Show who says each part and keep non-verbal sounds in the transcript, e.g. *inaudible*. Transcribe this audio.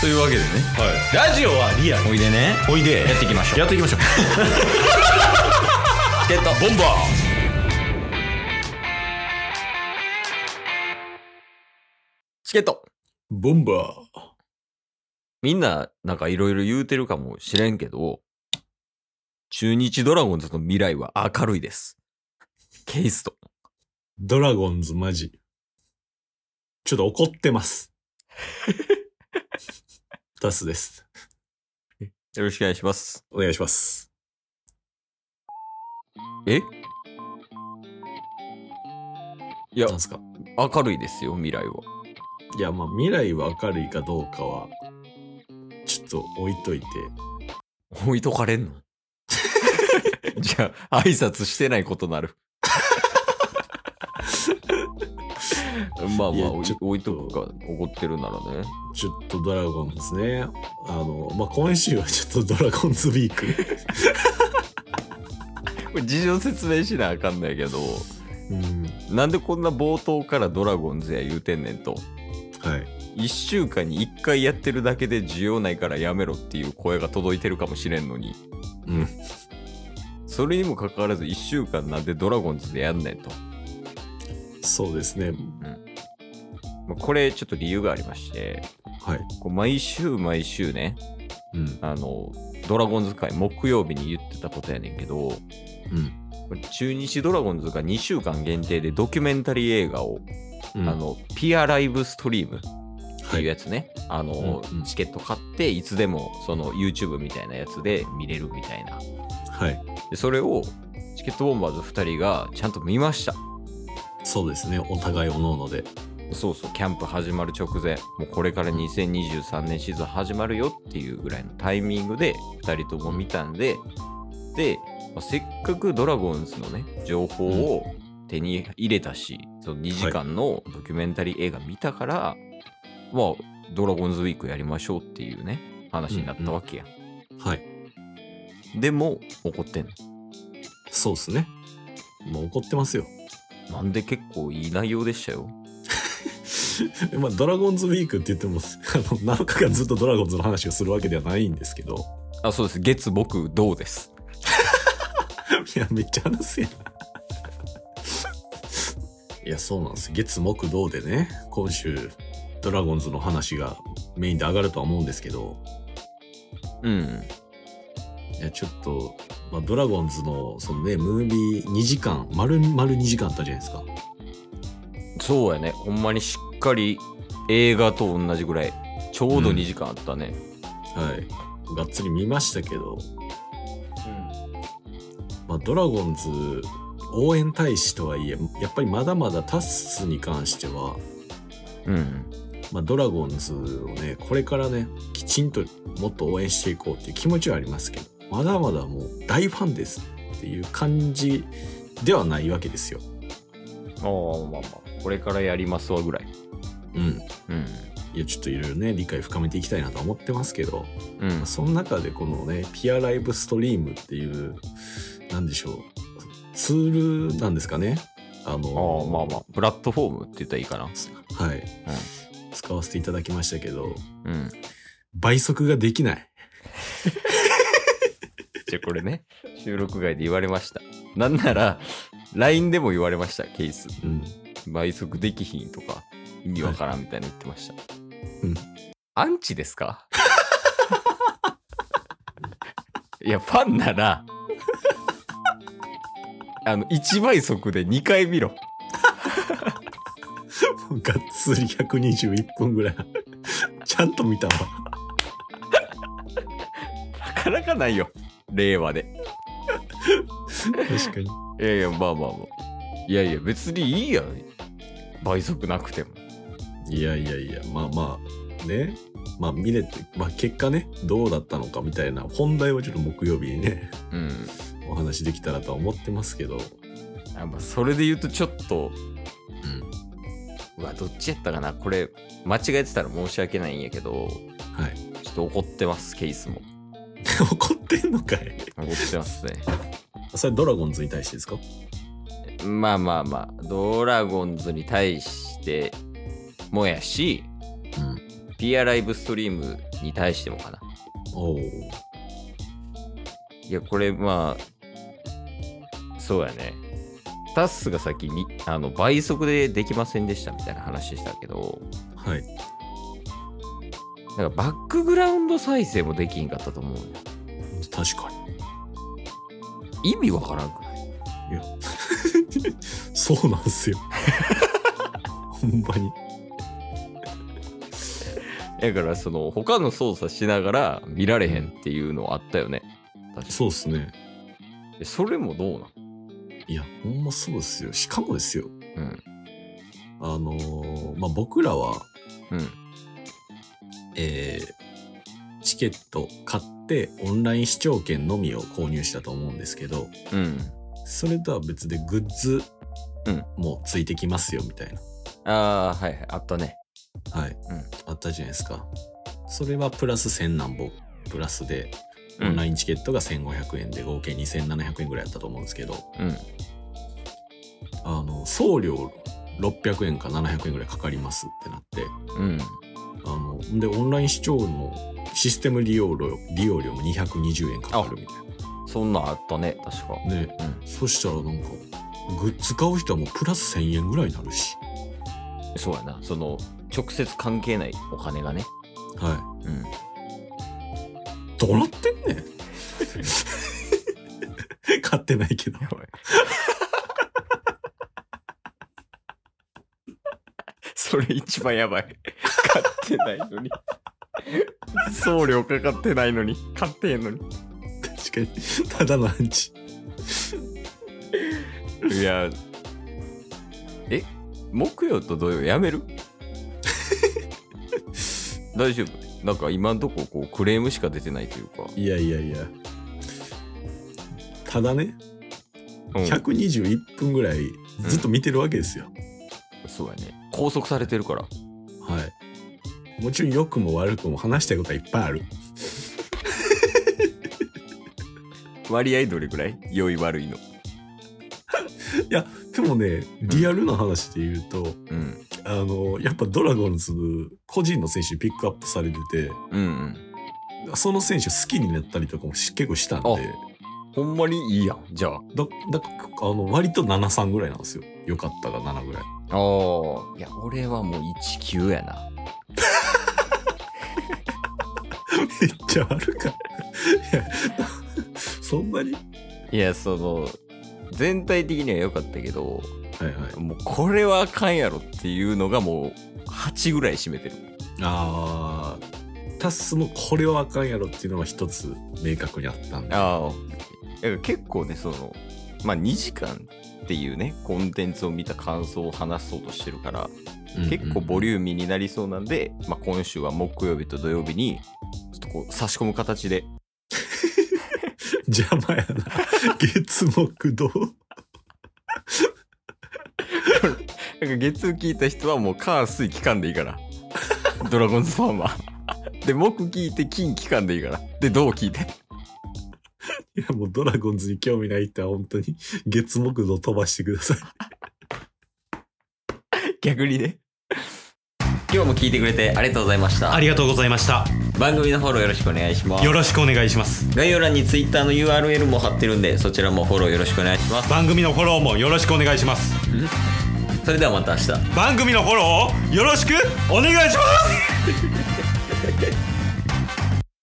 Speaker 1: というわけでね
Speaker 2: ラジオはリアル
Speaker 1: おいでね
Speaker 2: おいで
Speaker 1: やっていきましょう
Speaker 2: やっていきましょう
Speaker 1: チケットボンバーチケット
Speaker 2: ボンバ
Speaker 1: みんななんかいろいろ言うてるかもしれんけど中日ドラゴンズの未来は明るいですケイスト
Speaker 2: ドラゴンズマジちょっと怒ってます
Speaker 1: *laughs*
Speaker 2: タスです
Speaker 1: よろしくお願いします
Speaker 2: お願いします
Speaker 1: えいや
Speaker 2: なんすか
Speaker 1: 明るいですよ未来はい
Speaker 2: やまあ未来は明るいかどうかはちょっと置いといて
Speaker 1: 置いとかれん
Speaker 2: *laughs*
Speaker 1: のじゃあ挨拶してないことなる
Speaker 2: *laughs*
Speaker 1: まあま
Speaker 2: いや
Speaker 1: あ置
Speaker 2: ち
Speaker 1: い
Speaker 2: ょっと
Speaker 1: 置いとくか怒ってるならね
Speaker 2: ちょっとドラゴンですねあのまあ今週はちょっとドラゴンズウィ
Speaker 1: *laughs*
Speaker 2: ーク
Speaker 1: これ事情説明しなあかんないけど
Speaker 2: うん
Speaker 1: なんでこんな冒頭からドラゴンズや言うてんねんと
Speaker 2: はい
Speaker 1: 1週間に1回やってるだけで需要ないからやめろっていう声が届いてるかもしれんのに
Speaker 2: うん
Speaker 1: それにもかかわらず1週間なんでドラゴンズでやんねんと、
Speaker 2: そうですね
Speaker 1: まあこれちょっと理由がありまして
Speaker 2: はい
Speaker 1: こう毎週毎週ね
Speaker 2: うん
Speaker 1: あのドラゴンズ界木曜日に言ってたことやねんけど
Speaker 2: うん
Speaker 1: 中日ドラゴンズが2週間限定でドキュメンタリー映画を、
Speaker 2: うん
Speaker 1: あのピアライブストリームって
Speaker 2: は
Speaker 1: いう
Speaker 2: い
Speaker 1: やつね、あの、
Speaker 2: うんうん
Speaker 1: チケット買っていつでもその YouTube みたいなやつで見れるみたいな
Speaker 2: はい
Speaker 1: でそれをチケットボンバーズ2人がちゃんと見ました
Speaker 2: そうですねお互いおのおので
Speaker 1: そうそうキャンプ始まる直前もうこれから2023年シーズン始まるよっていうぐらいのタイミングで2人とも見たんでで、まあせっかくドラゴンズのね情報を手に入れたし、その2時間のドキュメンタリー映画見たから、まあドラゴンズウィークやりましょうっていうね話になったわけや、
Speaker 2: はい
Speaker 1: でも怒ってんの
Speaker 2: そうですね。まあ怒ってますよ。 *laughs*
Speaker 1: なんで結構いい内容でしたよ
Speaker 2: まあドラゴンズウィークって言っても、あの、7日間ずっとドラゴンズの話をするわけではないんですけど、 *laughs*
Speaker 1: あそうです月木どうです
Speaker 2: いや、めっちゃ話せや *laughs* な。いや、そうなんです。月、木、土でね、今週、ドラゴンズの話がメインで上がるとは思うんですけど、
Speaker 1: うん
Speaker 2: いや、ちょっと、まあ、ドラゴンズの、そのね、ムービー2時間、丸々2時間あったじゃないですか。
Speaker 1: そうやねほんまにしっかり映画と同じぐらいちょうど
Speaker 2: うん
Speaker 1: 2時間あったね、
Speaker 2: はい。がっつり見ましたけど、まあ、ドラゴンズ応援大使とはいえやっぱりまだまだタッスに関しては、
Speaker 1: うん
Speaker 2: まあ、ドラゴンズをねこれからねきちんともっと応援していこうっていう気持ちはありますけどまだまだもう大ファンですっていう感じではないわけですよ。
Speaker 1: ああまあまあこれからやりますわぐらい
Speaker 2: うん、
Speaker 1: うん
Speaker 2: いやちょっといろいろね理解深めていきたいなとは思ってますけど、
Speaker 1: うん
Speaker 2: その中でこのねピアライブストリームっていうなんでしょうツールなんですかねあ
Speaker 1: あ
Speaker 2: の
Speaker 1: あまあまあプラットフォームって言ったらいいかな
Speaker 2: はい、使わせていただきましたけど
Speaker 1: うん
Speaker 2: 倍速ができない
Speaker 1: じゃあこれね収録外で言われましたなんなら LINE でも言われましたケース
Speaker 2: うん *laughs*
Speaker 1: 倍速できひんとか意味わからんみたいな言ってました、
Speaker 2: うん
Speaker 1: アンチですか *laughs* いやファンならあの1倍速で2回見ろ
Speaker 2: もうがっつり121分ぐらいちゃんと見たわ
Speaker 1: なかなかないよ令和で
Speaker 2: 確かに
Speaker 1: いやいやまあまあまあいやいや別にいいやん倍速なくても
Speaker 2: いやいやいやまあまあねまあ見れて、まあ、結果ねどうだったのかみたいな本題はちょっと木曜日にね
Speaker 1: うん
Speaker 2: お話できたらとは思ってますけど、
Speaker 1: あまあそれで言うとちょっと
Speaker 2: うん、
Speaker 1: うわどっちやったかなこれ間違えてたら申し訳ないんやけど
Speaker 2: はい *laughs*
Speaker 1: ちょっと怒ってますケースも
Speaker 2: 怒ってんのかい
Speaker 1: 怒ってますね
Speaker 2: それドラゴンズに対してですか
Speaker 1: まあまあまあドラゴンズに対してもやし
Speaker 2: うん
Speaker 1: ピアライブストリームに対してもかな。
Speaker 2: おお。
Speaker 1: いや、これまあ、そうやね。タッスが先にあの倍速でできませんでしたみたいな話したけど、
Speaker 2: はい。
Speaker 1: なんかバックグラウンド再生もできんかったと思うよ。
Speaker 2: 確かに。 *laughs*
Speaker 1: 意味わからんくない
Speaker 2: いや。そうなんすよ。 *laughs* ほんまに。
Speaker 1: だからその他の操作しながら見られへんっていうのあったよね。
Speaker 2: そうっすね。
Speaker 1: えそれもどうなん
Speaker 2: いや、ほんまそうっすよ。しかもですよ。
Speaker 1: うん。
Speaker 2: あのーまあ、僕らは、
Speaker 1: うん。
Speaker 2: えーチケット買って、オンライン視聴券のみを購入したと思うんですけど、
Speaker 1: うん。
Speaker 2: それとは別でグッズ
Speaker 1: うん
Speaker 2: もついてきますよ、みたいな。
Speaker 1: ああ、はいはい。あったね。
Speaker 2: はい、
Speaker 1: うん
Speaker 2: あったじゃないですかそれはプラス1000何本プラスでオンラインチケットが1500円で合計2700円ぐらいだったと思うんですけど
Speaker 1: うん。
Speaker 2: あの送料600円か700円ぐらいかかりますってなって
Speaker 1: うん。
Speaker 2: あのでオンライン視聴のシステム利用料利用料も220円かかるみたい
Speaker 1: そんなんあったね。確か。
Speaker 2: なね
Speaker 1: うん。
Speaker 2: そしたらなんかグッズ買う人はもうプラス1000円ぐらいになるし
Speaker 1: そうやな。その、直接関係ないお金がね。
Speaker 2: は
Speaker 1: うん。
Speaker 2: いどうなってんねん買ってないけど
Speaker 1: *laughs* それ一番やばい。買ってないの
Speaker 2: *laughs*
Speaker 1: に。送料かかってないのに。買ってへんのに。
Speaker 2: 確かにただのアンチ
Speaker 1: いや、え木曜と土曜やめ *laughs* る大丈夫なんか今んとここうクレームしか出てないというか。
Speaker 2: いやいやいやただね
Speaker 1: うん、
Speaker 2: 121分ぐらいずっと見てるわけですよ、
Speaker 1: そうやね。拘束されてるから。
Speaker 2: はいもちろん良くも悪くも話したいことはいっぱいある
Speaker 1: 割合どれぐらい良い悪いの。
Speaker 2: でもねリアルな話で言うと、
Speaker 1: うん。
Speaker 2: あのやっぱドラゴンズ個人の選手ピックアップされてて
Speaker 1: うんうん。
Speaker 2: その選手好きになったりとかもし結構したんで
Speaker 1: あほんまにいいやん。じゃあ。
Speaker 2: だだあの割と73ぐらいなんですよよかったが7ぐらい
Speaker 1: あ
Speaker 2: *laughs*
Speaker 1: あ。いや、俺はもう19やな。
Speaker 2: めっちゃあるからいや *laughs* そんなに
Speaker 1: いや、その、全体的には良かったけど、
Speaker 2: はいはい
Speaker 1: もうこれはあかんやろっていうのがもう8ぐらい占めてる。
Speaker 2: あータスのこれはあかんやろっていうのは一つ明確にあったんでは
Speaker 1: ああ結構ねそのまあ2時間っていうねコンテンツを見た感想を話そうとしてるから、結構ボ
Speaker 2: リ
Speaker 1: リューミーになりそうなんで、まあ、今週は木曜日と土曜日にちょっとこう差し込む形で
Speaker 2: ュー邪魔やな *laughs* 月木堂
Speaker 1: なんか月聞いた人はもう火水期間でいいから *laughs* ドラゴンズファンはで木聞いて金期間でいいからで銅聞いて
Speaker 2: いやもうドラゴンズに興味ないっては本当に月木堂飛ばしてください
Speaker 1: 逆にね今日も聞いてくれてありがとうございました
Speaker 3: ありがとうございました。
Speaker 1: 番組のフォローよろしくお願いしま
Speaker 3: よろしくお願いします。
Speaker 1: 概要欄に Twitter の URL も貼ってるんでそちらもフォローよろしくお願いします
Speaker 3: 番組のフォローもよろしくお願いします。
Speaker 1: それではまた明日
Speaker 3: 番組のフォローをよろしくお願いします